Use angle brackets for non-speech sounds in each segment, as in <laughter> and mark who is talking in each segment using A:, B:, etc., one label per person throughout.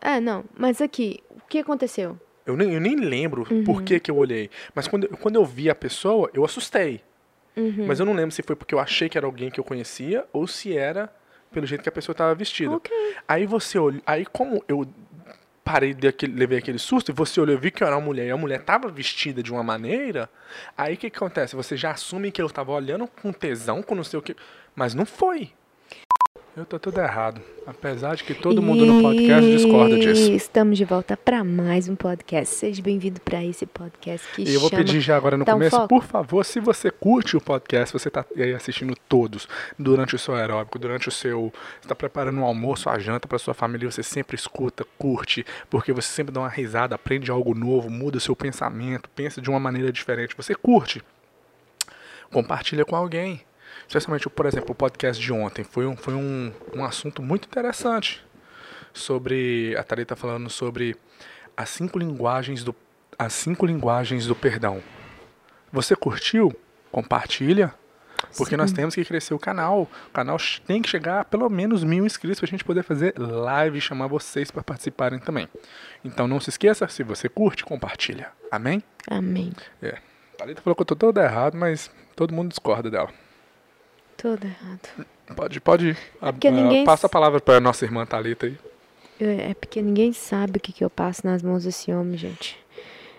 A: É, não. Mas aqui, o que aconteceu?
B: Eu nem, eu nem lembro por que, que eu olhei. Mas quando, eu- quando eu vi a pessoa, eu assustei. Mas eu não lembro se foi porque eu achei que era alguém que eu conhecia ou se era pelo jeito que a pessoa estava vestida.
A: Ok.
B: Aí você olhou. Aí como eu parei de aquele- levei aquele susto e você olhou e vi que eu era uma mulher e a mulher estava vestida de uma maneira, aí o que, que acontece? Você já assume que eu tava olhando com tesão, com não sei o que. Mas não foi. Eu tô tudo errado. Apesar de que todo mundo no podcast discorda disso.
A: E Estamos de volta para mais um podcast. Seja bem-vindo para esse podcast que
B: E eu vou
A: chama...
B: pedir já agora no
A: Dá um
B: começo,
A: foco.
B: por favor, se você curte o podcast, você tá aí assistindo todos, durante o seu aeróbico, durante o seu. Você tá preparando um almoço, a janta pra sua família, você sempre escuta, curte, porque você sempre dá uma risada, aprende algo novo, muda o seu pensamento, pensa de uma maneira diferente. Você curte. Compartilha com alguém. Especialmente, por exemplo, o podcast de ontem. Foi um, foi um, um assunto muito interessante sobre a Thalita tá falando sobre as cinco linguagens do as cinco linguagens do perdão. Você curtiu? Compartilha, porque nós temos que crescer o canal. O canal ch- tem que chegar a pelo menos mil inscritos para a gente poder fazer live e chamar vocês para participarem também. Então não se esqueça, se você curte, compartilha. Amém?
A: Amém.
B: É. A Thalita falou que eu tô todo errado, mas todo mundo discorda dela.
A: Tudo errado.
B: Pode, pode. ir. A-
A: É porque
B: a-
A: ninguém
B: Passa a
A: s-
B: palavra para nossa irmã Thalita aí.
A: Eu- É porque ninguém sabe o que, que eu passo nas mãos desse homem, gente.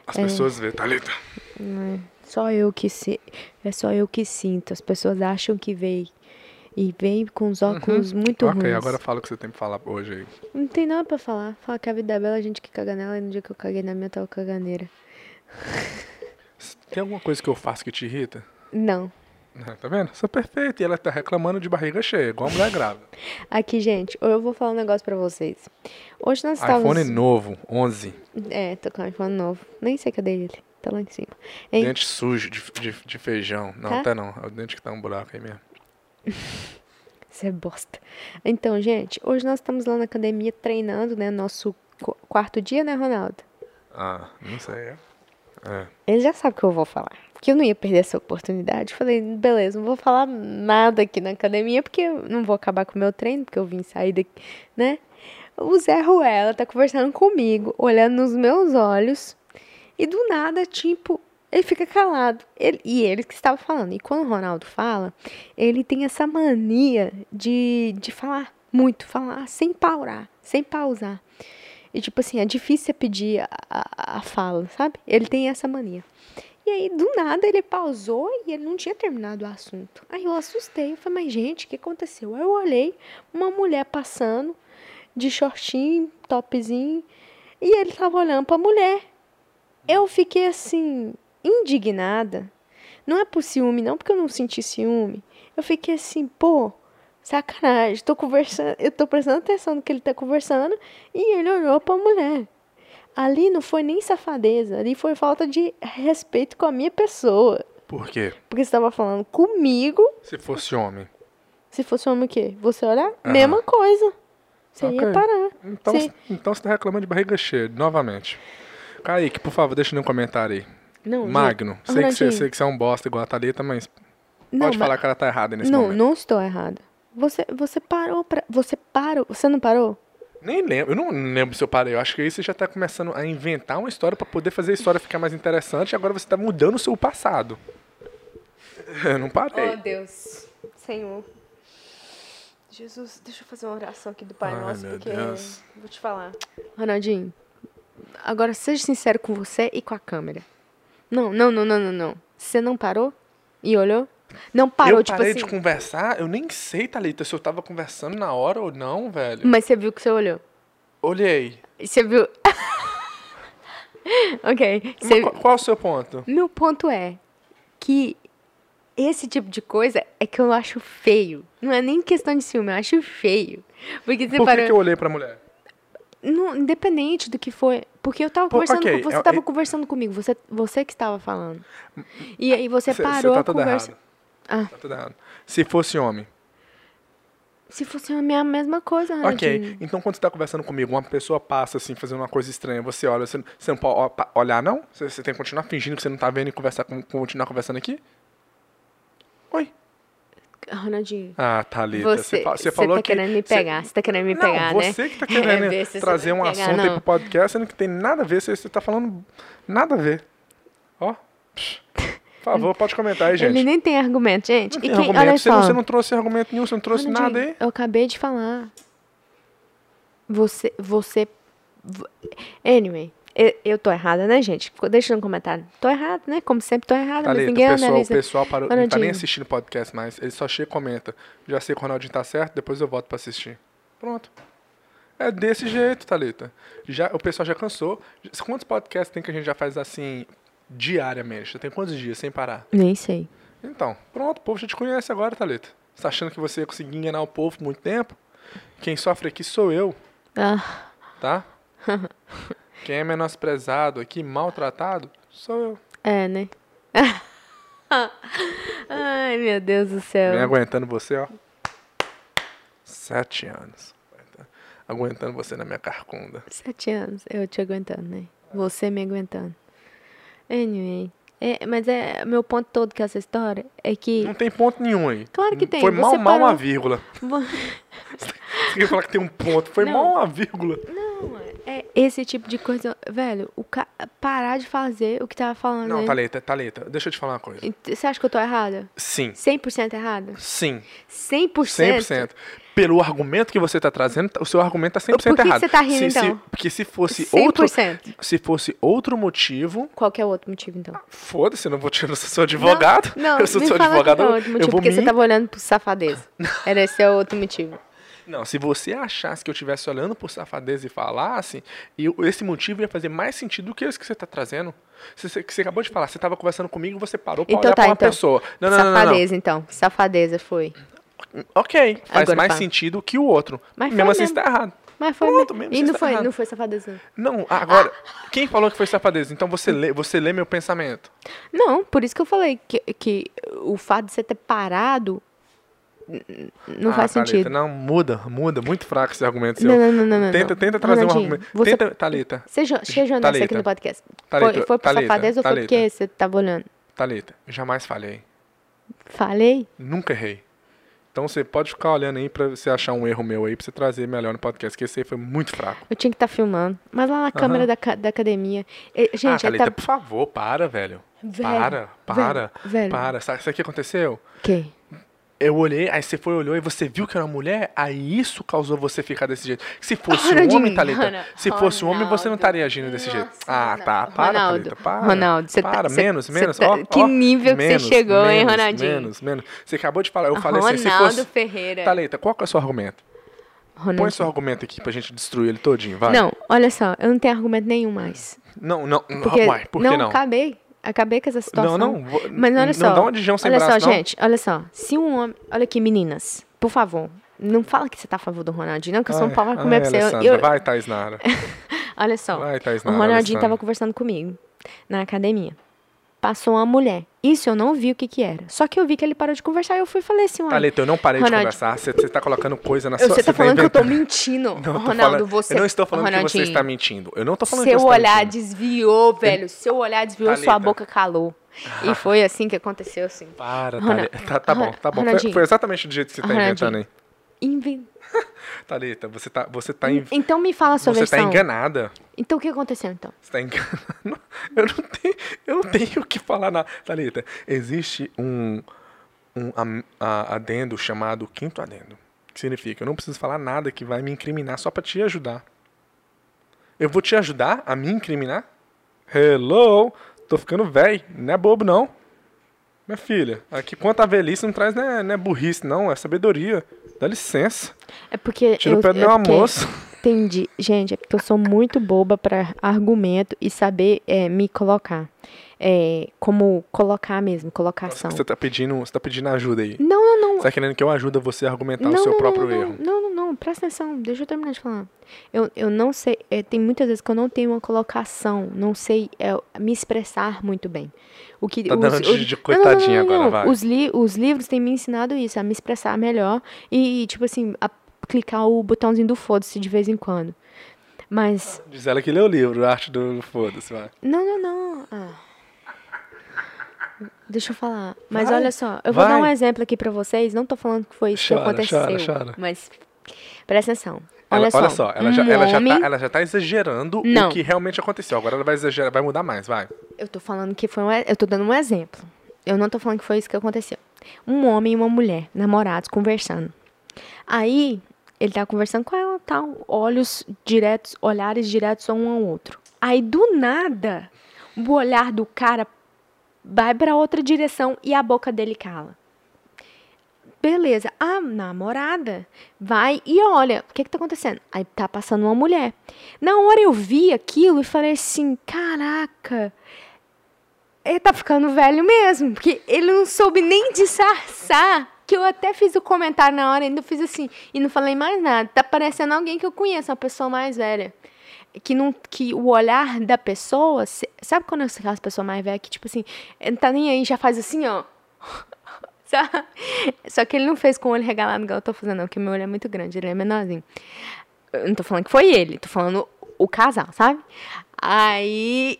B: As
A: É.
B: pessoas vê, Thalita.
A: Só eu que se... É só eu que sinto. As pessoas acham que veio. E vem com os óculos muito
B: Uhum. ok,
A: ruins.
B: agora fala o que você tem pra falar hoje aí.
A: Não tem nada pra falar. Fala que a vida é bela, a gente que caga nela. E no dia que eu caguei na minha, eu tava caganeira.
B: Tem alguma coisa que eu faço que te irrita?
A: Não.
B: Ah, Tá vendo? Sou perfeita. E ela tá reclamando de barriga cheia, igual uma mulher grávida.
A: Aqui, gente, eu vou falar um negócio pra vocês. Hoje nós estávamos...
B: iPhone novo, 11.
A: É, tô com um iPhone novo. Nem sei cadê ele. Tá lá em cima. Hein?
B: Dente sujo de, de- de feijão. Não,
A: Tá?
B: tá não. É o dente que tá um buraco aí mesmo.
A: Isso é bosta. Então, gente, hoje nós estamos lá na academia treinando, né? Nosso qu- quarto dia, né, Ronaldo?
B: Ah, não sei. É.
A: Ele já sabe o que eu vou falar. Porque eu não ia perder essa oportunidade. Falei, beleza, não vou falar nada aqui na academia, porque eu não vou acabar com o meu treino, porque eu vim sair daqui, né? O Zé Ruela tá conversando comigo, olhando nos meus olhos, e do nada, tipo, ele fica calado. Ele- e ele que estava falando. E quando o Ronaldo fala, ele tem essa mania de, de falar muito, falar sem paurar, sem pausar. E tipo assim, é difícil você pedir a, a, a fala, sabe? Ele tem essa mania. E aí, do nada, ele pausou e ele não tinha terminado o assunto. Aí eu assustei, eu falei, mas gente, o que aconteceu? Aí eu olhei, uma mulher passando, de shortinho, topzinho, e ele tava olhando pra mulher. Eu fiquei assim, indignada. Não é por ciúme, não, porque eu não senti ciúme. Eu fiquei assim, pô, sacanagem, tô conversando, eu tô prestando atenção no que ele tá conversando, e ele olhou pra mulher. Ali não foi nem safadeza, ali foi falta de respeito com a minha pessoa.
B: Por quê?
A: Porque você tava falando comigo,
B: Se fosse homem.
A: se fosse homem o quê? Você olhar?
B: Aham.
A: Mesma coisa. Você
B: Ok.
A: ia parar.
B: Então,
A: Sim.
B: então você tá reclamando de barriga cheia, novamente. Kaique, por favor, deixa um comentário aí.
A: Não, gente,
B: Magno, sei que, você,
A: Ronaldinho.
B: sei que você é um bosta igual a Thalita, mas
A: não,
B: pode
A: mas-
B: falar que ela tá errada nesse
A: Não,
B: momento.
A: não estou errada. Você, você parou pra. Você parou. Você não parou?
B: Nem lembro, eu não lembro se eu parei. Eu acho que aí você já tá começando a inventar uma história pra poder fazer a história ficar mais interessante. e Agora você tá mudando o seu passado. Eu não parei.
A: Deus. Senhor. Jesus, deixa eu fazer uma oração aqui do
B: Pai Ai, Nosso, meu porque Deus.
A: vou te falar. Ronaldinho, agora seja sincero com você e com a câmera. Não, não, não, não, não, não. Você não parou e olhou? Não parou,
B: eu
A: tipo
B: parei
A: assim.
B: de conversar, eu nem sei, Thalita, se eu tava conversando na hora ou não, velho.
A: Mas você viu que você olhou.
B: Olhei.
A: Você viu. <laughs> ok.
B: Mas
A: Você...
B: qual, qual é o seu ponto?
A: Meu ponto é que esse tipo de coisa é que eu acho feio. Não é nem questão de ciúme, eu acho feio. Porque você
B: Por que,
A: parou.
B: que eu olhei pra mulher?
A: Não, independente do que foi. Porque eu tava
B: Pô,
A: conversando
B: ok, é
A: com você,
B: eu-
A: tava
B: eu-
A: conversando comigo, você, você que estava falando. E aí você
B: Você-
A: parou
B: você tá
A: a
B: tudo
A: conversa.
B: errado.
A: Ah.
B: Tá tudo errado. Se fosse homem.
A: Se fosse a minha mesma coisa,
B: Ok,
A: Ronaldinho.
B: então quando você tá conversando comigo, uma pessoa passa assim, fazendo uma coisa estranha, você olha, você, você não pode ó, pa- olhar, não? Você, você tem que continuar fingindo que você não tá vendo e conversar com, continuar conversando aqui? Oi,
A: Ronaldinho.
B: Ah, Thalita,
A: Você,
B: você, fa-
A: você
B: você falou
A: tá
B: que...
A: querendo me
B: você-
A: pegar, você tá querendo me
B: não,
A: pegar, né?
B: você
A: <laughs>
B: que tá querendo
A: besta, você
B: trazer
A: vai
B: um
A: pegar,
B: assunto aí
A: não.
B: pro podcast, sendo que tem nada a ver, você, você tá falando nada a ver. Ó, psh, por favor, pode comentar aí, gente.
A: <laughs> Ele nem tem argumento, gente.
B: Não
A: e
B: tem
A: quem,
B: argumento,
A: olha
B: você,
A: só.
B: não, você não trouxe argumento nenhum, você não trouxe
A: Ronaldinho,
B: nada aí.
A: Eu acabei de falar. Você, você... vo- Anyway, eu, eu tô errada, né, gente? Ficou- Deixa no comentário. Tô errada, né? Como sempre, tô errada, mas
B: Thalita, Tá o
A: ninguém
B: pessoal, o
A: analisa.
B: pessoal parou, não tá nem
A: Ronaldinho.
B: assistindo podcast mais. Ele só chega e comenta. Já sei que o Ronaldinho tá certo, depois eu volto pra assistir. Pronto. É desse jeito, Thalita. Já, o pessoal já cansou. Quantos podcasts tem que a gente já faz assim diariamente? Já tem quantos dias sem parar?
A: Nem sei.
B: Então, pronto, o povo já te conhece agora, Thalita. Você tá achando que você ia conseguir enganar o povo por muito tempo? Quem sofre aqui sou eu,
A: Ah, <laughs>
B: tá? Quem é menosprezado aqui, maltratado, sou eu.
A: é, né? <laughs> Ai, meu Deus do céu.
B: Vem aguentando você, ó. Sete anos. Aguentando você na minha carcunda.
A: Sete anos, eu te aguentando, né? Você me aguentando. Anyway. É, mas é meu ponto todo com essa história é que.
B: Não tem ponto nenhum aí.
A: Claro que tem,
B: Foi
A: você
B: mal, mal
A: parou-
B: uma vírgula. <laughs> Você quer falar que tem um ponto. Foi
A: Não.
B: mal uma vírgula.
A: Não, é esse tipo de coisa. Velho, o ca... parar de fazer o que tava falando.
B: Não, tá
A: né?
B: Thalita, Thalita, deixa eu te falar uma coisa.
A: Você acha que eu tô errada?
B: Sim,
A: 100% errada?
B: sim,
A: 100%?
B: 100%. Pelo argumento que você tá trazendo, o seu argumento tá 100%
A: Por que que
B: errado.
A: você tá rindo,
B: Se- se-
A: então?
B: porque se fosse outro...
A: 100%.
B: Se fosse outro motivo,
A: Qual que é o outro motivo, então?
B: foda-se, eu não vou tirar, eu sou seu advogado.
A: Não,
B: eu sou
A: me
B: seu
A: fala
B: advogado.
A: qual é o
B: eu-
A: outro
B: eu
A: motivo,
B: vou
A: porque
B: me
A: você tava olhando pro
B: <laughs>
A: safadeza. Era esse é o outro motivo.
B: Não, se você achasse que eu estivesse olhando por safadeza e falasse, eu, esse motivo ia fazer mais sentido do que esse que você está trazendo. Você, você- que você acabou de falar, você estava conversando comigo, você parou para
A: Então
B: olhar
A: tá,
B: para uma
A: então.
B: pessoa. Não, não, não, não, não.
A: safadeza, então. Safadeza foi.
B: Ok, faz
A: Agora
B: mais
A: fala.
B: sentido que o outro.
A: Mas foi
B: mesmo assim,
A: mesmo.
B: está errado.
A: Mas foi.
B: Pronto,
A: mesmo.
B: mesmo,
A: E
B: você
A: não
B: tá
A: foi,
B: errado.
A: não foi safadeza.
B: Não, agora,
A: Ah.
B: quem falou que foi safadeza? Então você lê, você lê meu pensamento.
A: Não, por isso que eu falei que, que o fato de você ter parado n- n- não
B: Ah,
A: faz
B: Thalita,
A: sentido.
B: Não, muda, muda. Muito fraco esse argumento seu.
A: Não, não, não, não, não.
B: Tenta,
A: não.
B: tenta trazer um
A: Ronaldinho,
B: argumento.
A: Você,
B: Tenta, Thalita,
A: Seja, seja honesto aqui
B: Thalita.
A: no podcast.
B: Thalita,
A: foi, foi por
B: Thalita,
A: safadeza ou foi
B: Thalita.
A: porque você tava olhando?
B: Thalita, jamais falhei.
A: Falei?
B: Nunca errei. Então você pode ficar olhando aí pra você achar um erro meu aí pra você trazer melhor no podcast, que esse aí foi muito fraco.
A: Eu tinha que estar filmando. Mas lá na câmera da, ca- da academia. E,
B: ah,
A: gente, ele
B: Thalita,
A: tá.
B: por favor, para, velho.
A: Velho,
B: para, para,
A: velho.
B: para. Sabe, sabe o que aconteceu?
A: Quem?
B: Eu olhei, aí você foi, olhou, e você viu que era uma mulher, aí isso causou você ficar desse jeito. Se fosse um
A: Ronaldinho,
B: homem, Thalita,
A: Rona-
B: se fosse um homem, você
A: Ronaldo.
B: não estaria agindo desse
A: Nossa,
B: jeito. Ah,
A: Ronaldo.
B: tá, para,
A: Ronaldo,
B: Thalita, para.
A: Ronaldo, você tá-
B: para,
A: você-
B: menos,
A: você
B: menos,
A: tá-
B: ó,
A: que
B: ó,
A: nível que você
B: menos,
A: chegou, hein,
B: menos,
A: Ronaldinho?
B: Menos, menos. Você acabou de falar, eu falei assim, se
A: Ronaldo
B: fosse...
A: Ferreira.
B: Thalita, qual que é o seu argumento? Põe
A: Ronaldinho.
B: seu argumento aqui pra gente destruir ele todinho, vai.
A: Não, olha só, eu não tenho argumento nenhum mais.
B: Não, não, não,
A: Porque
B: uai, por que não?
A: acabei. Acabei com essa situação.
B: não, vo-
A: Mas olha
B: não
A: só.
B: dá uma de João sem
A: Olha só,
B: braço, não.
A: gente, olha só. Se um homem. Olha aqui, meninas, por favor. Não fala que você tá a favor do Ronaldinho, não, que eu sou um
B: Ai,
A: pau vai comer
B: ai,
A: pra você. Eu-
B: Alessandra,
A: eu-
B: Vai, Thais
A: <laughs>
B: Nara.
A: olha só.
B: Vai, Thais
A: o
B: Nara,
A: Ronaldinho
B: Alessandra.
A: tava conversando comigo na academia. Passou uma mulher. Isso eu não vi o que que era. Só que eu vi que ele parou de conversar e eu fui e falei assim, olha.
B: Thalita, eu não parei
A: Ronaldinho,
B: de conversar. Você, você tá colocando coisa na
A: eu-
B: sua...
A: Você tá falando que eu tô
B: inventando.
A: mentindo.
B: <laughs> Não, eu tô
A: Ronaldo,
B: falando-
A: você.
B: Eu não estou falando que você
A: Ronaldinho.
B: está mentindo. Eu não tô falando que
A: Seu
B: você está
A: olhar
B: mentindo.
A: desviou,
B: <laughs>
A: velho. Seu olhar desviou, sua
B: Thalita.
A: boca calou.
B: <laughs>
A: E foi assim que aconteceu, assim.
B: Para,
A: Ronald-
B: Thalita. Tá, tá bom, tá bom. Foi,
A: Ronaldinho.
B: foi exatamente do jeito que você tá
A: Ronaldinho.
B: inventando aí.
A: Inven-
B: Thalita, você tá, você tá, in-
A: Então me fala a sua
B: você tá
A: versão.
B: enganada.
A: Então o que aconteceu, então?
B: Você tá enganando. <laughs> Eu não tenho, eu não tenho o que falar na. Thalita, existe um, um am- a- adendo chamado quinto adendo. Que significa, eu não preciso falar nada que vai me incriminar só pra te ajudar. Eu vou te ajudar a me incriminar? Hello! Tô ficando velho, não é bobo não. Minha filha, aqui quanto a velhice não traz não é, não é burrice, não, é sabedoria. Dá licença.
A: É porque.
B: Tira
A: eu,
B: o pé do
A: é
B: meu
A: porque-
B: almoço.
A: Entendi. Gente, é porque eu sou muito boba pra argumento e saber é, me colocar. É, como colocar mesmo, colocação.
B: Você tá pedindo, você tá pedindo ajuda aí.
A: Não, não, não.
B: Você tá querendo que eu ajude você a argumentar
A: não,
B: o seu
A: não,
B: próprio
A: não, não,
B: erro.
A: Não, não, não, presta atenção, deixa eu terminar de falar. Eu, eu não sei, é, tem muitas vezes que eu não tenho uma colocação, não sei é, me expressar muito bem. O que,
B: Tá
A: os,
B: dando de-
A: os-
B: de
A: Não,
B: coitadinha
A: não, não, não,
B: agora,
A: não.
B: vai.
A: Os, li, os livros têm me ensinado isso, a me expressar melhor e, tipo assim, a clicar o botãozinho do foda-se de vez em quando. Mas
B: Diz ela que leu o livro, a arte do foda-se, vai.
A: não, não, não. Ah. Deixa eu falar. Mas
B: Vai,
A: olha só, eu vou
B: vai.
A: dar um exemplo aqui pra vocês. Não tô falando que foi isso
B: Chora,
A: que aconteceu.
B: chora, chora.
A: Mas presta atenção.
B: Ela-
A: Olha só.
B: ela, já,
A: um
B: ela, já
A: homem-
B: tá, ela já tá exagerando
A: Não.
B: o que realmente aconteceu. Agora ela vai exagerar, vai mudar mais, vai.
A: Eu tô falando que foi um. Eu tô dando um exemplo. Eu não tô falando que foi isso que aconteceu. Um homem e uma mulher, namorados, conversando. Aí, ele tá conversando com ela, tal, olhos diretos, olhares diretos um ao outro. Aí, do nada, o olhar do cara vai pra outra direção e a boca dele cala. Beleza, a namorada vai e olha, o que que tá acontecendo? Aí tá passando uma mulher. Na hora eu vi aquilo e falei assim, caraca, ele tá ficando velho mesmo, porque ele não soube nem disfarçar. Que eu até fiz o comentário na hora, ainda fiz assim, e não falei mais nada. Tá parecendo alguém que eu conheço, uma pessoa mais velha. Que, não, que o olhar da pessoa. se- Sabe quando é aquelas pessoas mais velhas que, tipo assim, não tá nem aí, já faz assim, ó. <laughs> Sabe? Só que ele não fez com o olho regalado igual eu tô fazendo, não, porque meu olho é muito grande, ele é menorzinho. Eu não tô falando que foi ele, tô falando o casal, sabe? Aí.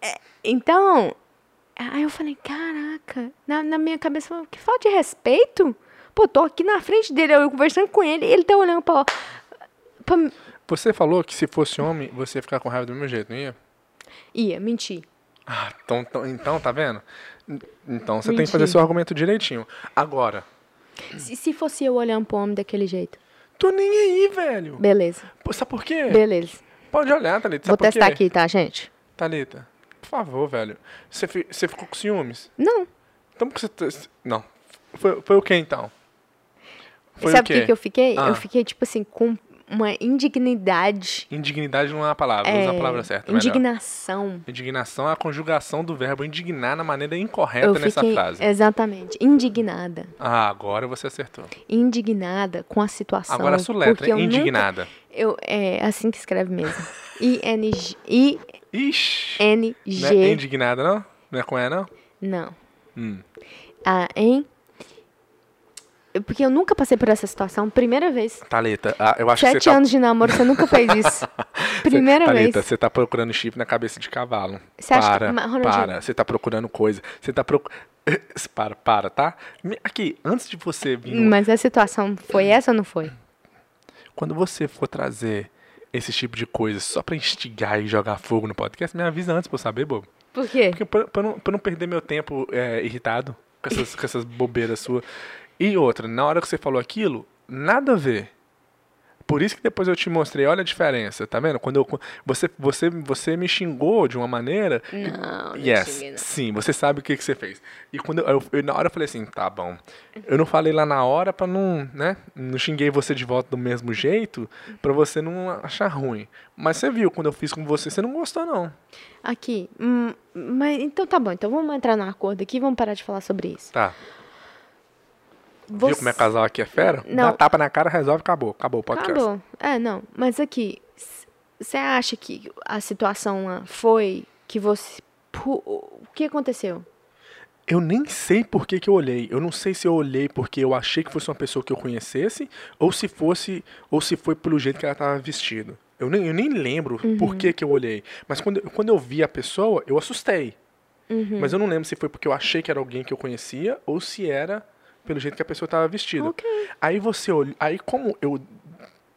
A: é, então. Aí eu falei, caraca, na, na minha cabeça, eu falei, que falta de respeito? Pô, tô aqui na frente dele, eu conversando com ele, ele tá olhando pra. pra
B: Você falou que se fosse homem, você ia ficar com raiva do mesmo jeito, não ia?
A: ia, menti.
B: Ah, então, então, então, tá vendo? N- Então você tem que
A: Mentira.
B: fazer seu argumento direitinho. Agora,
A: Se, se fosse eu olhando pro homem daquele jeito.
B: tô nem aí, velho.
A: Beleza,
B: Pô, Sabe por quê?
A: beleza.
B: Pode olhar, Thalita.
A: Vou
B: É. Sabe por
A: testar
B: quê?
A: aqui, tá, gente?
B: Thalita, por favor, velho. Você, fi- você ficou com ciúmes?
A: Não.
B: Então por que você. t- Não. Foi, foi o quê então? Foi
A: Sabe
B: o quê?
A: que eu fiquei?
B: Ah.
A: Eu fiquei, tipo assim, com uma indignidade.
B: Indignidade não é a palavra, usa a palavra certa. melhor.
A: Indignação.
B: Indignação é a conjugação do verbo indignar na maneira incorreta
A: eu
B: nessa
A: fiquei, é.
B: frase.
A: Exatamente. Indignada.
B: Ah, agora você acertou.
A: Indignada com a situação.
B: Agora a sua letra,
A: porque eu
B: indignada.
A: Nunca, eu, é assim que escreve mesmo. I-N-G. I-N-G.
B: Ixi. Não é indignada, não? Não é com E, não?
A: Não.
B: Hum.
A: Ah, hein? Porque eu nunca passei por essa situação. Primeira vez.
B: Thalita, ah, eu acho que
A: Sete
B: você tá...
A: anos de namoro, você nunca fez
B: <laughs>
A: isso. Primeira
B: Thalita,
A: vez.
B: você tá procurando chifre na cabeça de cavalo.
A: Você acha que-
B: para,
A: Ma- Ronaldinho.
B: para. Você tá procurando coisa. Você tá procurando... <laughs> para, para, tá? Me- Aqui, antes de você vir... no-
A: Mas a situação foi essa ou não foi?
B: Quando você for trazer esse tipo de coisa só pra instigar e jogar fogo no podcast, me avisa antes pra eu saber, bobo.
A: Por quê?
B: Porque pra, pra não, pra não perder meu tempo é, irritado com essas, com essas bobeiras suas. E outra, na hora que você falou aquilo, nada a ver. Por isso que depois eu te mostrei, olha a diferença, tá vendo? Quando eu, quan- você, você, você me xingou de uma maneira. que-
A: Não, não
B: yes,
A: xinguei, não.
B: sim, você sabe o que, que você fez. E quando eu, eu- na hora eu falei assim, tá bom. Eu não falei lá na hora pra não, né? Não xinguei você de volta do mesmo jeito, pra você não achar ruim. Mas você viu, quando eu fiz com você, você não gostou, não.
A: Aqui. Hum, mas então tá bom. Então vamos entrar no acordo aqui e vamos parar de falar sobre isso.
B: Tá. Viu
A: Você-
B: como é casal aqui é fera?
A: Não.
B: Dá tapa na cara, resolve, acabou. Acabou o podcast.
A: Acabou. É, não. Mas aqui, você acha que a situação lá foi que você. Pu- O que aconteceu?
B: Eu nem sei por que, que eu olhei. Eu não sei se eu olhei porque eu achei que fosse uma pessoa que eu conhecesse ou se fosse ou se foi pelo jeito que ela estava vestida. Eu nem, eu nem lembro por que, que eu olhei. Mas quando, quando eu vi a pessoa, eu assustei. Mas eu não lembro se foi porque eu achei que era alguém que eu conhecia ou se era pelo jeito que a pessoa estava vestida.
A: Ok.
B: Aí você olha, aí como eu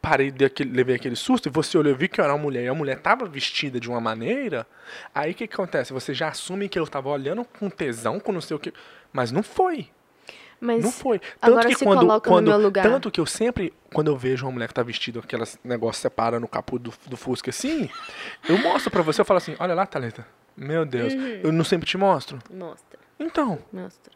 B: parei de aquele, levei aquele susto e você olhou e viu que eu era uma mulher e a mulher tava vestida de uma maneira, aí o que, que acontece? Você já assume que eu tava olhando com tesão, com não sei o que, mas não foi.
A: Mas.
B: Não foi. Tanto
A: agora
B: que
A: se
B: quando,
A: coloca no
B: quando-
A: meu lugar.
B: Tanto que eu sempre, quando eu vejo uma mulher que tá vestida, aqueles negócio separa no capô do, do Fusca assim, eu mostro pra você, eu falo assim, olha lá, Thalita, meu Deus,
A: Uhum.
B: eu não sempre te mostro?
A: Mostra,
B: Então,
A: mostra.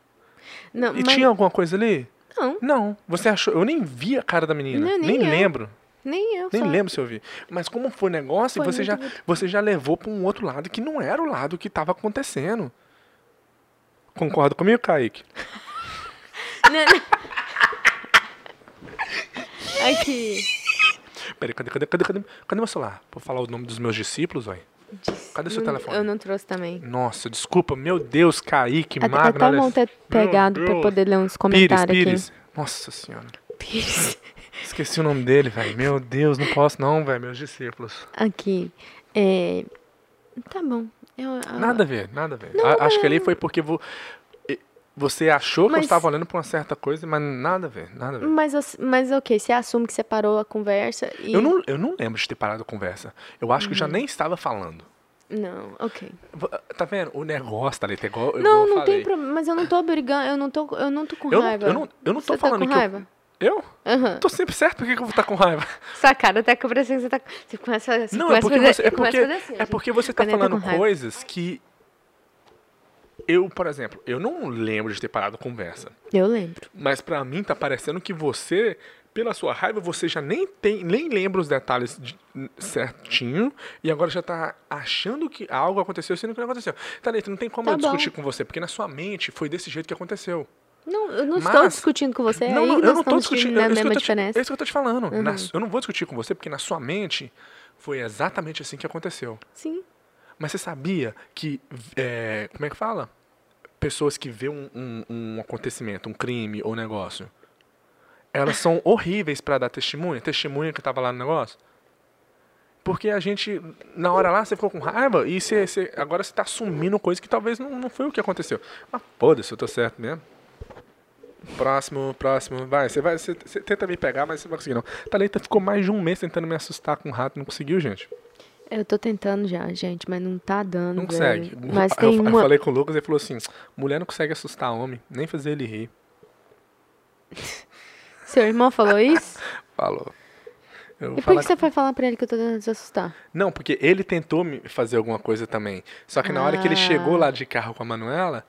A: Não,
B: e
A: mas.
B: tinha alguma coisa ali?
A: Não,
B: Não, você achou, eu nem vi a cara da menina,
A: Não,
B: nem,
A: nem eu.
B: lembro.
A: nem eu.
B: Nem
A: só.
B: lembro se eu vi. Mas como foi o negócio,
A: Foi
B: você, já,
A: muito
B: você já levou para um outro lado que não era o lado que estava acontecendo. Concorda comigo, Kaique?
A: Não, não. Aqui.
B: Peraí, cadê, cadê, cadê, cadê, cadê meu celular? Vou falar o nome dos meus discípulos, ué. Cadê seu
A: Não-
B: telefone?
A: Eu não trouxe também.
B: Nossa, desculpa, meu Deus, Kaique,
A: Até, tá
B: Magno.
A: até
B: olha-
A: bom ter
B: Meu
A: pegado pra
B: Deus.
A: poder ler uns
B: Pires,
A: comentários
B: Pires. Nossa senhora.
A: aqui. <laughs> Pires.
B: Esqueci o nome dele, velho. Meu Deus, não posso não, velho, meus discípulos.
A: Aqui. É... Tá bom. Eu- a-
B: Nada a ver, nada a ver.
A: Não,
B: A-
A: mas-
B: acho que ali foi porque vo- e- você achou que eu
A: Mas-
B: estava olhando pra uma certa coisa, mas nada a ver, nada a ver.
A: Mas, ass- mas ok, você assume que você parou a conversa e. Uhum.
B: Eu, não, eu não lembro de ter parado a conversa. Eu acho que eu já nem estava falando.
A: Não, ok.
B: V- Tá vendo? O negócio tá ali, tá igual.
A: não,
B: igual eu
A: não tem
B: falei.
A: problema. Mas eu não tô brigando, eu não tô, eu não tô com
B: Eu não-
A: raiva.
B: eu não- eu não tô
A: Você
B: falando
A: tá com
B: que eu-
A: raiva.
B: Eu?
A: Aham.
B: Tô sempre certo, por que, que eu vou estar com raiva?
A: Sua cara tá com a impressão que você tá. Você começa a você
B: Não, é
A: começa a
B: porque
A: fazer,
B: você, é
A: começa
B: porque,
A: a fazer assim,
B: é
A: ó,
B: porque você tá
A: quando ele tá
B: falando
A: com raiva.
B: coisas que. Eu, por exemplo, eu não lembro de ter parado a conversa.
A: gente. Eu lembro.
B: Mas pra mim tá parecendo que você, pela sua raiva, você já nem tem, nem lembra os detalhes de- certinho e agora já tá achando que algo aconteceu sendo que não aconteceu. Thalita, não tem como
A: Tá
B: eu
A: bom.
B: discutir com você, porque na sua mente foi desse jeito que aconteceu.
A: Não, eu não
B: Mas-
A: estou discutindo com você. é aí nós estamos na
B: é isso que eu
A: mesma
B: tô te-
A: diferença. Uhum.
B: É isso que eu tô te falando. Na su- eu não vou discutir com você, porque na sua mente foi exatamente assim que aconteceu.
A: Sim.
B: Mas você sabia que. é, como é que fala? Pessoas que vê um, um- um acontecimento, um crime ou negócio. Elas são horríveis pra dar testemunha. Testemunha que tava lá no negócio. Porque a gente, na hora lá, você ficou com raiva e você, você- agora você tá assumindo coisa que talvez não, não foi o que aconteceu. Mas foda-se, eu tô certo mesmo. Próximo, próximo. Vai, você vai, você, você tenta me pegar, mas você não vai conseguir não. Thalita ficou mais de um mês tentando me assustar com um rato, não conseguiu, gente.
A: Eu tô tentando já, gente, mas não tá dando.
B: Não
A: velho.
B: consegue.
A: Mas
B: eu,
A: tem
B: eu
A: uma.
B: falei com o Lucas e ele falou assim: mulher não consegue assustar homem, nem fazer ele rir.
A: Seu irmão
B: <laughs>
A: falou isso?
B: Falou. Eu vou
A: E por
B: falar
A: que você foi falar pra ele que eu tô tentando te assustar?
B: com- Não, porque ele tentou me fazer alguma coisa também. Só que na hora que ele
A: Ah.
B: chegou lá de carro com a Manuela,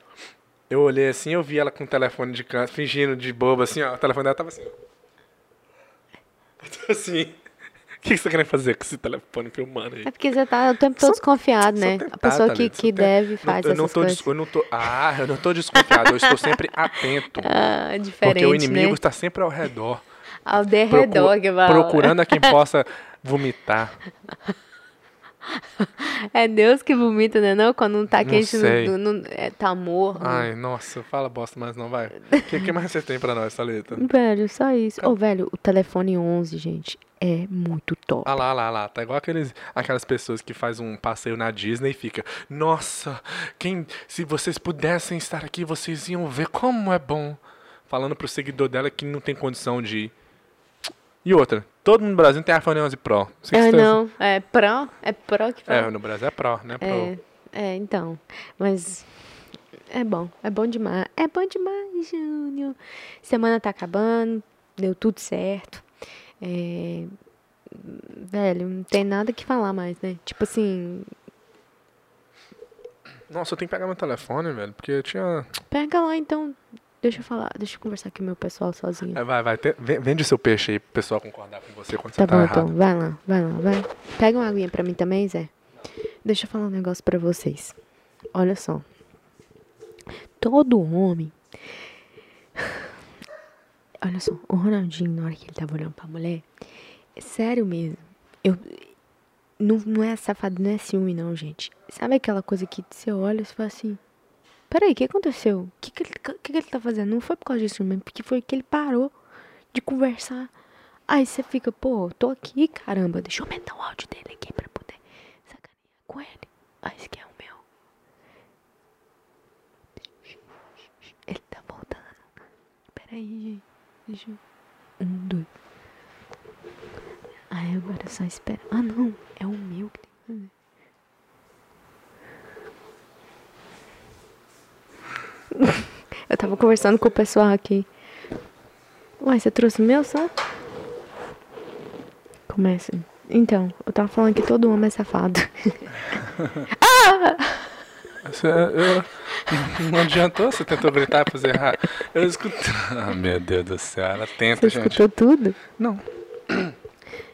B: eu olhei assim, eu vi ela com o telefone de canto, fingindo de boba, assim, ó. <laughs> O telefone dela tava assim. ó. Assim. O que que você quer fazer com esse telefone filmando aí?
A: É porque você tá o tempo todo
B: Só-
A: desconfiado,
B: Só
A: né?
B: tentar,
A: a pessoa que,
B: Thalita, só
A: que
B: tenta.
A: deve
B: Não-
A: faz
B: eu
A: essas
B: não tô
A: coisas.
B: des- eu não tô- Ah, eu não tô desconfiado, eu estou sempre atento.
A: Ah, diferente,
B: Porque o inimigo
A: né?
B: está sempre
A: <laughs>
B: ao redor.
A: Ao é derredor
B: procu-
A: que fala.
B: procurando a quem possa vomitar.
A: <laughs> É Deus que vomita, né? Não, quando não tá
B: Não
A: quente,
B: sei.
A: não, não- é, tá morno.
B: Ai, nossa, fala bosta, mas não vai. O que, que mais você tem pra nós, Thalita?
A: Velho, só isso. Ô, velho, o telefone 11, gente, é muito top.
B: Ah lá, ah lá, ah lá. Tá igual aqueles, aquelas pessoas que faz um passeio na Disney e fica. Nossa, quem, se vocês pudessem estar aqui, vocês iam ver como é bom. Falando pro seguidor dela que não tem condição de ir. E outra, todo mundo no Brasil tem iPhone 11 Pro. Você
A: É,
B: que está-
A: não, é Pro, é Pro que
B: É,
A: fala.
B: no Brasil é Pro, né? Pro.
A: É, é, então, mas é bom, é bom demais, é bom demais, Júnior. Semana tá acabando, deu tudo certo. É, velho, não tem nada que falar mais, né? Tipo assim,
B: Nossa, eu tenho que pegar meu telefone, velho, porque eu tinha.
A: pega lá então, deixa eu falar, deixa eu conversar com o meu pessoal sozinho.
B: É, Vai, vai. te- ven- Vende o seu peixe aí pro pessoal concordar com você quando
A: Tá
B: você tá
A: bom,
B: errado.
A: então. Vai lá, vai lá, vai. Pega uma aguinha pra mim também, Zé. Deixa eu falar um negócio pra vocês. Olha só. Todo homem. <sighs> Olha só, o Ronaldinho, na hora que ele tava olhando pra mulher, é sério mesmo. Eu. Não, não é safado, não é ciúme, não, gente. Sabe aquela coisa que você olha e você fala assim: Peraí, o que aconteceu? O que, que, ele, que, que ele tá fazendo? Não foi por causa disso mesmo, porque foi que ele parou de conversar. Aí você fica, pô, tô aqui, caramba, deixa eu aumentar o áudio dele aqui pra poder sacanear com ele. Ah, esse aqui é o meu. Ele tá voltando. Peraí, gente. Deixa eu... Um, dois. Aí agora é só espera. Ah, não, é o meu que tem que fazer. <laughs> Eu tava conversando com o pessoal aqui. Uai, você trouxe o meu só? Começa. Então, eu tava falando que todo homem é safado.
B: Você- eu- <laughs> não adiantou, você tentou gritar pra fazer errado. Eu escutei. <laughs> Ah, meu Deus do céu, ela
A: Você
B: tenta, gente.
A: escutou tudo?
B: Não.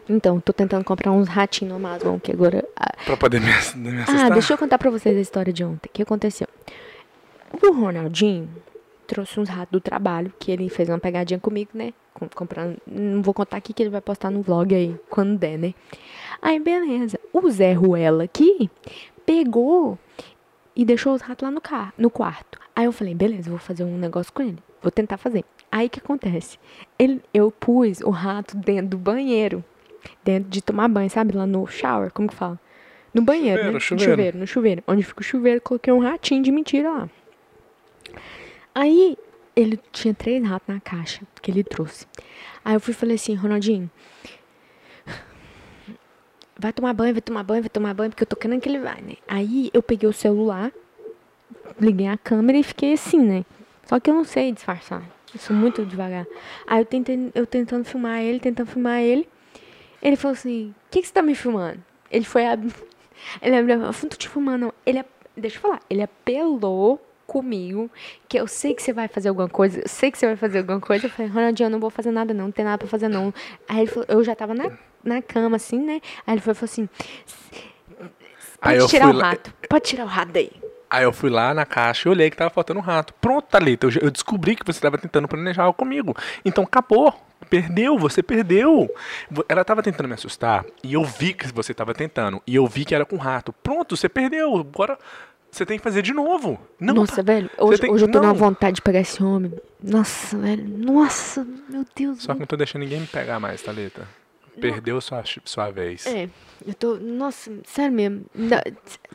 A: Então, tô tentando comprar uns ratinhos no Amazon, que agora. Ah,
B: Pra poder me, ass- me
A: ah,
B: assustar.
A: deixa eu contar pra vocês a história de ontem. O que aconteceu? O Ronaldinho trouxe uns ratos do trabalho, que ele fez uma pegadinha comigo, né? Com- Comprando. Não vou contar aqui que ele vai postar no vlog aí, quando der, né? Aí, beleza. O Zé Ruela aqui pegou e deixou os ratos lá no, car no quarto. Aí eu falei, beleza, eu vou fazer um negócio com ele. Vou tentar fazer. Aí o que acontece? Ele, eu pus o rato dentro do banheiro. Dentro de tomar banho, sabe? Lá no shower, como que fala? No banheiro,
B: Chuveiro,
A: né?
B: chuveiro.
A: No chuveiro, no chuveiro. Onde fica o chuveiro, coloquei um ratinho de mentira lá. Aí, ele tinha três ratos na caixa que ele trouxe. Aí eu fui e falei assim, Ronaldinho, vai tomar banho, vai tomar banho, vai tomar banho, porque eu tô querendo que ele vá, né? Aí eu peguei o celular, liguei a câmera e fiquei assim, né? Só que eu não sei disfarçar. Eu sou muito devagar. Aí eu, tentei, eu tentando filmar ele, tentando filmar ele. Ele falou assim, o que, que você tá me filmando? Ele foi a... <laughs> Ele abriu, eu não tô te filmando, não. Ele, a- deixa eu falar, ele apelou comigo, que eu sei que você vai fazer alguma coisa, eu sei que você vai fazer alguma coisa. Eu falei, Ronaldinho, eu não vou fazer nada não, não tem nada pra fazer não. Aí ele falou, eu já tava na, na cama, assim, né? Aí ele foi, falou assim, pode
B: Aí eu
A: tirar
B: fui
A: o
B: lá-
A: rato, pode tirar o rato daí.
B: Aí eu fui lá na caixa e olhei que tava faltando um rato. Pronto, Thalita, eu, já- eu descobri que você tava tentando planejar algo comigo. Então acabou. Perdeu, você perdeu. Vo- Ela tava tentando me assustar e eu vi que você tava tentando. E eu vi que era com rato. Pronto, você perdeu. Agora você tem que fazer de novo. Não,
A: nossa,
B: tá-
A: velho,
B: você
A: hoje,
B: tem-
A: hoje eu tô na
B: não.
A: vontade de pegar esse homem. Nossa, velho, nossa, meu Deus.
B: Só que não tô deixando ninguém me pegar mais, Thalita. Perdeu sua, ch- sua vez.
A: É, eu tô, nossa, sério mesmo. dá-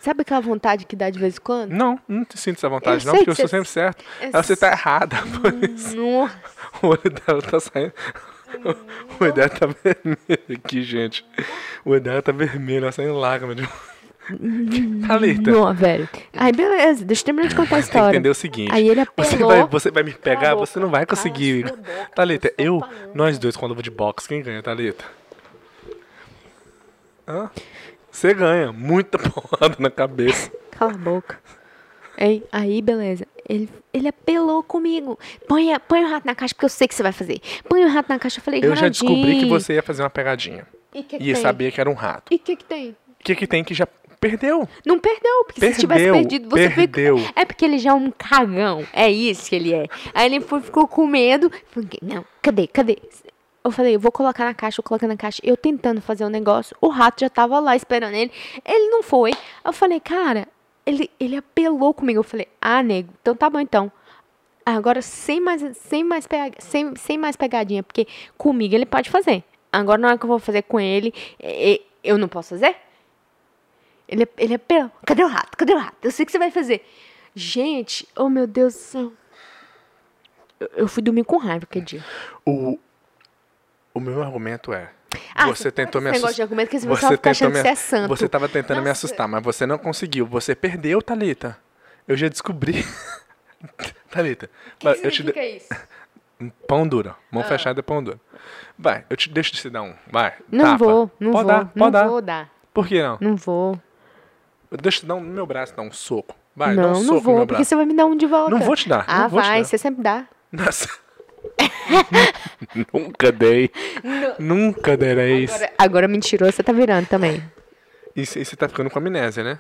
A: sabe aquela vontade que dá de vez em quando?
B: Não, não te sinto essa vontade,
A: Eu
B: não,
A: sei
B: porque eu
A: que
B: sou
A: você-
B: sempre certo.
A: eu Hum.
B: Ela, você tá errada.
A: Nossa.
B: O olho dela tá saindo. O olho dela tá vermelho aqui, gente. O olho dela tá vermelho, ela saindo lágrima de. <laughs> Thalita,
A: Não, velho. Aí, beleza, deixa eu terminar de contar a
B: tem que
A: história.
B: entender o seguinte.
A: Aí ele
B: você
A: apelou.
B: vai, você vai me pegar,
A: boca,
B: você não
A: cala
B: vai
A: a
B: conseguir.
A: sua boca,
B: Thalita,
A: eu
B: eu,
A: sou falando.
B: nós dois com a luva de boxe, quem ganha, Thalita? Hã? Você ganha, muita <laughs> porrada na cabeça.
A: Cala a boca. Aí, aí beleza. Ele, ele apelou comigo. Põe, a- põe o rato na caixa, porque eu sei que você vai fazer. Põe o rato na caixa. Eu falei,
B: Eu já descobri que
A: "Ronaldinho."
B: você ia fazer uma pegadinha.
A: E o que, que
B: E
A: tem?
B: sabia que era um rato.
A: E o que, que tem?
B: O que, que tem que já. Perdeu.
A: Não perdeu, porque se tivesse
B: Perdeu,
A: perdido, você
B: perdeu.
A: fica. É porque ele já é um cagão. É isso que ele é. Aí ele foi, ficou com medo. falou, Não, cadê, cadê? Eu falei, eu vou colocar na caixa, eu coloquei na caixa. Eu tentando fazer o negócio, o rato já tava lá esperando ele. Ele não foi. Eu falei, cara, ele, ele apelou comigo. Eu falei, ah, nego, então tá bom então. Agora, sem mais, sem, mais pega, sem, sem mais pegadinha, porque comigo ele pode fazer. Agora, na hora que eu vou fazer com ele, e- e- eu não posso fazer? Ele é, ele é pelo. Cadê o rato? Cadê o rato? Eu sei o que você vai fazer. Gente, oh meu Deus do céu. Eu, eu fui dormir com raiva aquele dia.
B: O, o meu argumento é.
A: Ah,
B: você
A: você
B: tentou
A: faz
B: me
A: esse negócio de
B: assustar.
A: argumento que esse pessoal fica achando que você é santo.
B: Você tava tentando me
A: Nossa.
B: assustar, mas você não conseguiu. Você perdeu, Thalita. Eu já descobri. <laughs> Thalita, vai, eu te dou.
A: isso?
B: Pão dura. Mão
A: Ah.
B: fechada é pão dura. Vai, eu te deixo te dar um. Vai.
A: Não
B: tapa.
A: vou, não
B: pode
A: vou.
B: Dar, pode
A: não
B: dar.
A: vou dar.
B: Por que não?
A: Não vou.
B: Eu Deixa eu te dar um no meu braço, dar um soco. Vai, dá um
A: não,
B: soco
A: não
B: no
A: vou,
B: meu
A: porque
B: braço.
A: você vai me dar um de volta.
B: Não vou te dar,
A: Ah,
B: não vou te
A: vai,
B: dar.
A: você sempre dá.
B: <laughs> Nossa.
A: <laughs>
B: Nunca dei. Nunca dereis.
A: Agora, agora mentiroso, você tá virando também.
B: E você tá ficando com
A: <laughs>
B: amnésia, né?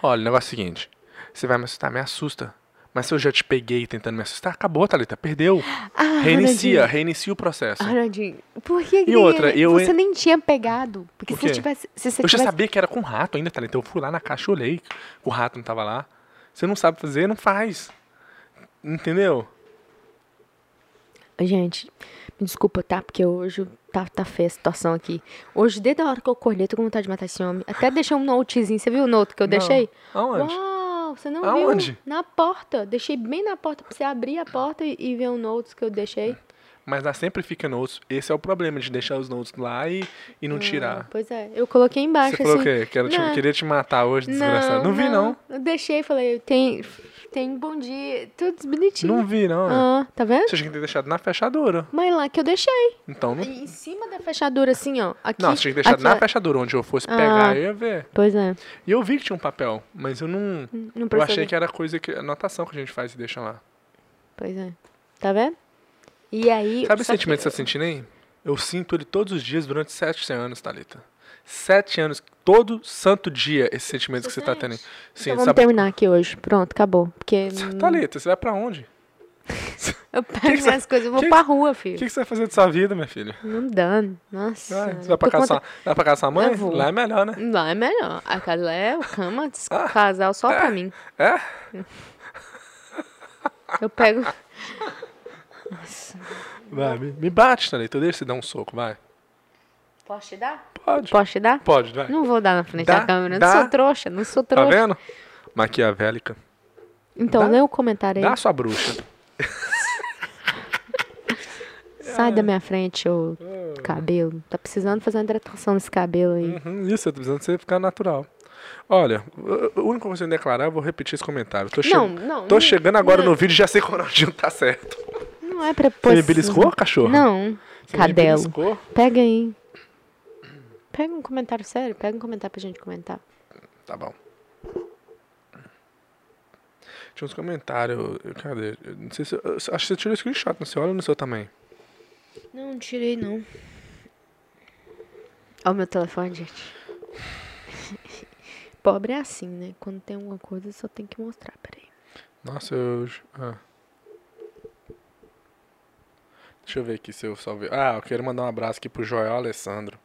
B: Olha, o negócio é o seguinte. Você vai me assustar, me assusta. Mas se eu já te peguei tentando me assustar, acabou, Thalita, perdeu.
A: Ah,
B: reinicia,
A: Ronaldinho.
B: reinicia o processo.
A: Arandinho, por que que
B: E outra, eu-
A: você nem tinha pegado? Porque
B: O
A: se
B: quê?
A: tivesse. Se você
B: eu já
A: tivesse...
B: sabia que era com rato ainda, Thalita. Eu fui lá na caixa, olhei, o rato não tava lá. Você não sabe fazer, não faz. Entendeu?
A: Gente, me desculpa, tá? Porque hoje tá, tá feia a situação aqui. Hoje, desde a hora que eu acordei, tô com vontade de matar esse homem. Até deixei um notezinho. Você viu o note que eu deixei?
B: Não. Aonde?
A: Uau, você não
B: Aonde?
A: viu? Na porta. Deixei bem na porta pra você abrir a porta e, e ver o notes que eu deixei.
B: Mas lá sempre fica notes. Esse é o problema de deixar os notes lá e, e não
A: Ah,
B: tirar.
A: pois é, eu coloquei embaixo
B: Você falou
A: assim.
B: o quê? Quero te-
A: não.
B: queria te matar hoje, desgraçado.
A: Não,
B: Não, vi, não.
A: Eu deixei, falei, tem, tem bom dia, tudo bonitinho.
B: Não vi, não. né?
A: Ah, tá vendo?
B: Você tinha que ter deixado na fechadura.
A: Mas lá que eu deixei.
B: Então não.
A: Em cima da fechadura, assim, ó. Aqui,
B: Não, você tinha que deixar
A: aqui,
B: na
A: ó.
B: fechadura, onde eu fosse pegar,
A: Ah.
B: eu ia ver.
A: Pois é.
B: E eu vi que tinha um papel, mas eu não.
A: Hum, Não
B: Eu
A: percebi.
B: achei que era coisa que. anotação que a gente faz e deixa lá.
A: Pois é. Tá vendo? E aí.
B: Sabe o
A: só
B: sentimento que você tá sentindo aí? Eu sinto ele todos os dias durante sete anos, Thalita. Sete anos, todo santo dia, esse sentimento que você tá tendo. aí. Sim,
A: Então vamos
B: sabe?
A: terminar aqui hoje. Pronto, acabou.
B: <laughs>
A: Porque. hum,
B: Thalita, você vai pra onde?
A: Eu pego
B: que
A: minhas coisas, eu vou
B: que
A: pra rua,
B: O
A: filho.
B: que, que você vai fazer dessa vida, minha filha?
A: Não dando. Nossa.
B: Vai,
A: senhora.
B: você vai pra,
A: Tô
B: casa,
A: contra-
B: vai pra casa da sua mãe?
A: Eu vou.
B: Lá é melhor, né?
A: Lá é melhor. A casa lá é o cama, des- casal só pra mim.
B: Ah. É?
A: Eu pego.
B: Vai, me, me bate, Thalita. Deixa eu te dar um soco, vai.
A: <laughs> Posso te dar?
B: Pode.
A: Posso te dar?
B: Pode, vai.
A: Não vou dar na frente
B: Dá,
A: da câmera.
B: dá.
A: Não sou trouxa, não sou
B: Tá
A: trouxa.
B: vendo? Maquiavélica.
A: Então,
B: Dá.
A: lê o comentário aí.
B: Dá sua bruxa.
A: Sai
B: É.
A: da minha frente, ô
B: Hum.
A: cabelo. Tá precisando fazer uma hidratação nesse cabelo aí.
B: Uhum, isso, eu tô precisando você ficar natural. Olha, o único que eu consigo declarar, eu vou repetir esse comentário. Tô che-
A: Não, não,
B: Tô
A: não-
B: chegando agora
A: não.
B: no vídeo e já sei que o <laughs> Ronaldinho tá certo.
A: Não é pra
B: Você
A: pôr.
B: me beliscou, cachorro?
A: Não,
B: Você me
A: cadelo.
B: beliscou?
A: Pega aí. Pega um comentário sério, pega um comentário pra gente comentar.
B: Tá bom. Tinha uns comentários. eu- Cadê? Eu não sei se. eu- eu acho que você tirou screenshot, não sei. Olha no seu também.
A: Não, não tirei não. Ó o meu telefone, gente. <laughs> Pobre é assim, né? Quando tem alguma coisa, só tem que mostrar, peraí.
B: Nossa, eu. ah. Deixa eu ver aqui se eu salvei. Ah, eu quero mandar um abraço aqui pro Joel Alessandro.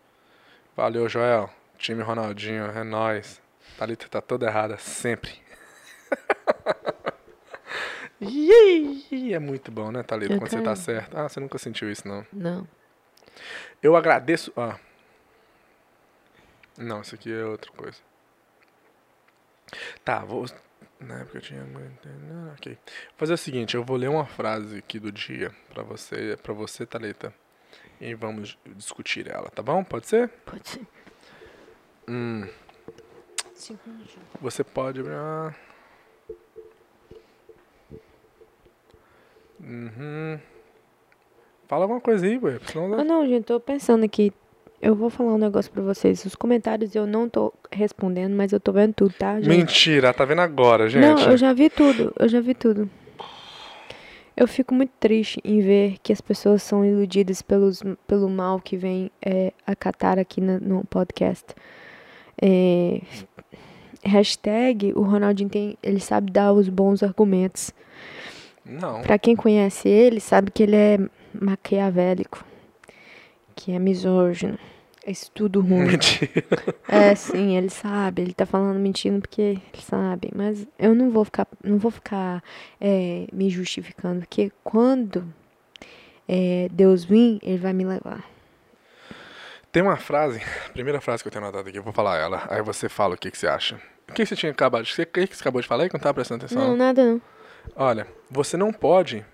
B: Valeu, Joel. Time Ronaldinho, é nóis. Thalita tá toda errada, sempre. <laughs> Ih, É muito bom, né, Thalita,
A: Eu
B: quando você tá
A: quero.
B: certo. Ah, você nunca sentiu isso, não.
A: Não.
B: Eu agradeço. Ah. Não, isso aqui é outra coisa. Tá, vou. Na época eu tinha. muito- Ah, Ok. Vou fazer o seguinte: eu vou ler uma frase aqui do dia pra você, pra você, Thalita. E vamos discutir ela, tá bom? Pode ser?
A: Pode ser.
B: Hum.
A: Cinco minutinhos.
B: Você pode. ah. Uhum. Fala alguma coisa aí, ué. senão-
A: Ah, não, gente, tô pensando aqui. Eu vou falar um negócio pra vocês. Os comentários eu não tô respondendo, mas eu tô vendo tudo, tá, gente?
B: Mentira, tá vendo agora, gente.
A: Não, eu já vi tudo, eu já vi tudo. Eu fico muito triste em ver que as pessoas são iludidas pelos, pelo mal que vem é, a Catar aqui na- no podcast. É, hashtag, o Ronaldinho tem, ele sabe dar os bons argumentos.
B: Não. <laughs>
A: Pra quem conhece ele, sabe que ele é maquiavélico, que é misógino, é isso tudo
B: <laughs>
A: ruim.
B: Mentira.
A: É, sim, ele sabe, ele tá falando mentindo porque ele sabe, mas eu não vou ficar, não vou ficar é, me justificando, porque quando é, Deus vir, ele vai me levar.
B: Tem uma frase, a primeira frase que eu tenho anotado aqui, eu vou falar ela. Aí você fala o que, que você acha. O que você tinha acabado de. O que que você acabou de falar aí que eu não tava prestando atenção?
A: Não, nada não.
B: Olha, você não pode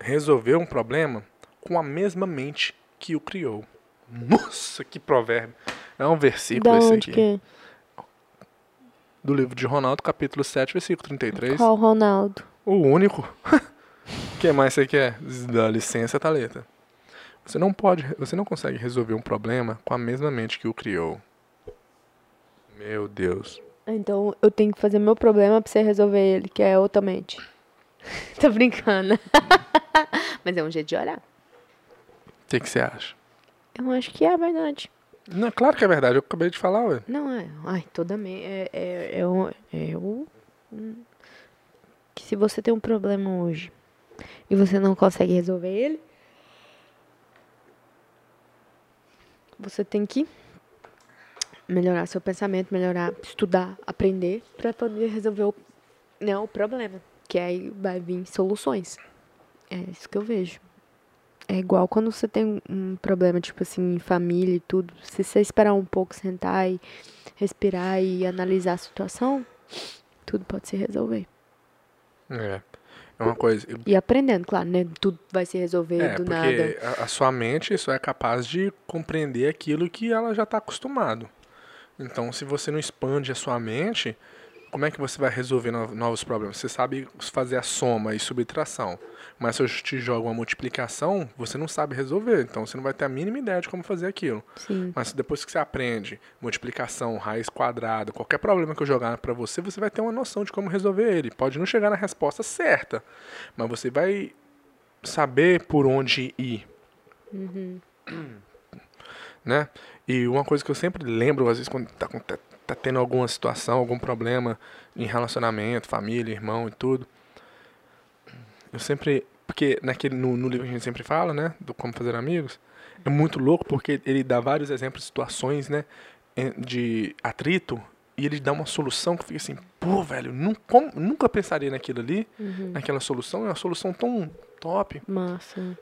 B: resolver um problema com a mesma mente que o criou. Nossa, que provérbio. É um versículo
A: Da
B: esse
A: onde
B: aqui.
A: que é?
B: Do livro de Ronaldo, capítulo 7, versículo 33.
A: Qual Ronaldo?
B: O único. <laughs> O que mais você quer? Dá licença, Thalita. Você não pode, você não consegue resolver um problema com a mesma mente que o criou. Meu Deus.
A: Então eu tenho que fazer meu problema pra você resolver ele, que é outra mente. <laughs> Tô brincando. <laughs> mas é um jeito de olhar.
B: O que, que você acha?
A: Eu acho que é verdade.
B: Não, claro que é verdade, eu acabei de falar, ué.
A: Não, é. Ai, toda me... é, é, é, o- é o. hum, Que se você tem um problema hoje e você não consegue resolver ele, você tem que melhorar seu pensamento, melhorar, estudar, aprender pra poder resolver o, né, o problema. Que aí vai vir soluções. É isso que eu vejo. É igual quando você tem um- um problema, tipo assim, em família e tudo. Se você esperar um pouco, sentar e respirar e analisar a situação, tudo pode se resolver.
B: É. É uma coisa.
A: E aprendendo, claro, né? Tudo vai se resolver
B: É,
A: do nada.
B: porque a, a sua mente só é capaz de compreender aquilo que ela já está acostumado. Então, se você não expande a sua mente, como é que você vai resolver no- novos problemas? Você sabe fazer a soma e subtração, mas se eu te jogo uma multiplicação, você não sabe resolver. Então, você não vai ter a mínima ideia de como fazer aquilo.
A: Sim.
B: Mas depois que você aprende multiplicação, raiz quadrada, qualquer problema que eu jogar pra você, você vai ter uma noção de como resolver ele. Pode não chegar na resposta certa, mas você vai saber por onde ir. Né? E uma coisa que eu sempre lembro, às vezes, quando tá, com- tá- tá tendo alguma situação, algum problema em relacionamento, família, irmão e tudo. Eu sempre. Porque naquele, no, no livro que a gente sempre fala, né? Do Como Fazer Amigos. É muito louco porque ele dá vários exemplos de situações, né? em- De atrito. E ele dá uma solução que fica assim, pô, velho, nun- como- nunca pensaria naquilo ali, naquela solução. É uma solução tão top.
A: Massa.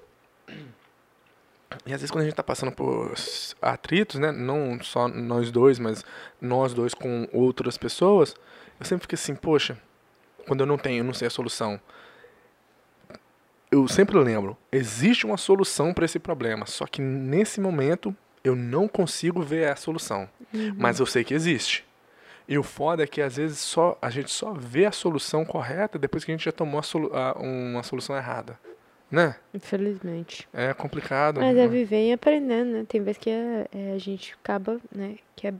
B: E às vezes quando a gente tá passando por atritos, né? Não só nós dois, mas nós dois com outras pessoas, eu sempre fico assim, poxa, quando eu não tenho, eu não sei a solução. Eu sempre lembro, existe uma solução para esse problema, só que nesse momento eu não consigo ver a solução,
A: Uhum.
B: mas eu sei que existe. E o foda é que às vezes só a gente só vê a solução correta depois que a gente já tomou a solu- a- uma solução errada, né?
A: Infelizmente.
B: É complicado.
A: Mas é
B: né?
A: viver e aprendendo, né? Tem vezes que é- é, a gente acaba, né? Que é,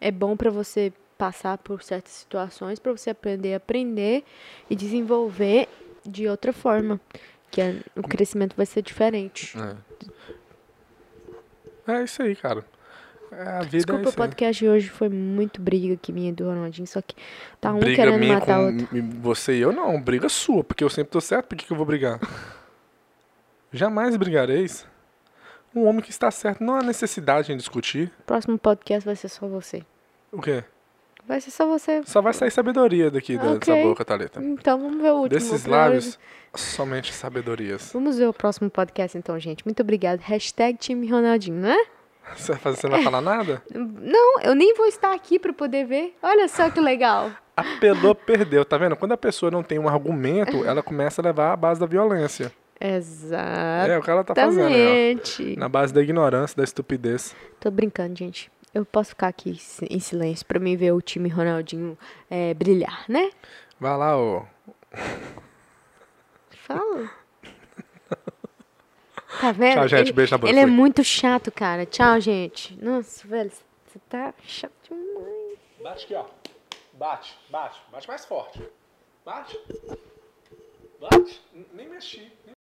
A: é bom pra você passar por certas situações, pra você aprender a aprender e desenvolver de outra forma. Que é- o crescimento vai ser diferente.
B: É. É isso aí, cara. É, a vida é
A: Desculpa, o
B: isso aí.
A: podcast de hoje foi muito briga aqui minha e do Ronaldinho, só que tá um
B: briga
A: querendo
B: minha
A: matar o outro.
B: com m- você e eu não, briga sua, porque eu sempre tô certo, por que, que eu vou brigar? Jamais brigareis. Um homem que está certo não há necessidade em discutir.
A: Próximo podcast vai ser só você.
B: O quê?
A: Vai ser só você.
B: Só vai sair sabedoria daqui da- dessa
A: Ok.
B: boca, Thalita.
A: Então vamos ver o último.
B: Tá. Desses
A: pelo amor de
B: lábios, somente sabedorias.
A: Vamos ver o próximo podcast então, gente. Muito obrigada. Hashtag time Ronaldinho, né?
B: Você vai fazer- você não vai falar nada?
A: Não, eu nem vou estar aqui pra poder ver. Olha só que
B: <laughs>
A: legal.
B: Apelou, perdeu, tá vendo? Quando a pessoa não tem um argumento, ela começa a levar a base da violência.
A: Exatamente.
B: É, o cara tá fazendo aí, ó. Na base da ignorância, da estupidez.
A: Tô brincando, gente. Eu posso ficar aqui si- em silêncio pra mim ver o time Ronaldinho é, brilhar, né?
B: Vai lá, ô. <laughs>
A: Fala. Tá vendo?
B: Tchau, gente.
A: Ele,
B: Beijo na boca.
A: ele é
B: Fui.
A: muito chato, cara. Tchau, gente. Nossa, velho, você tá chato demais.
B: Bate aqui, ó. Bate, bate. Bate mais forte. Bate. Bate. Nem mexi.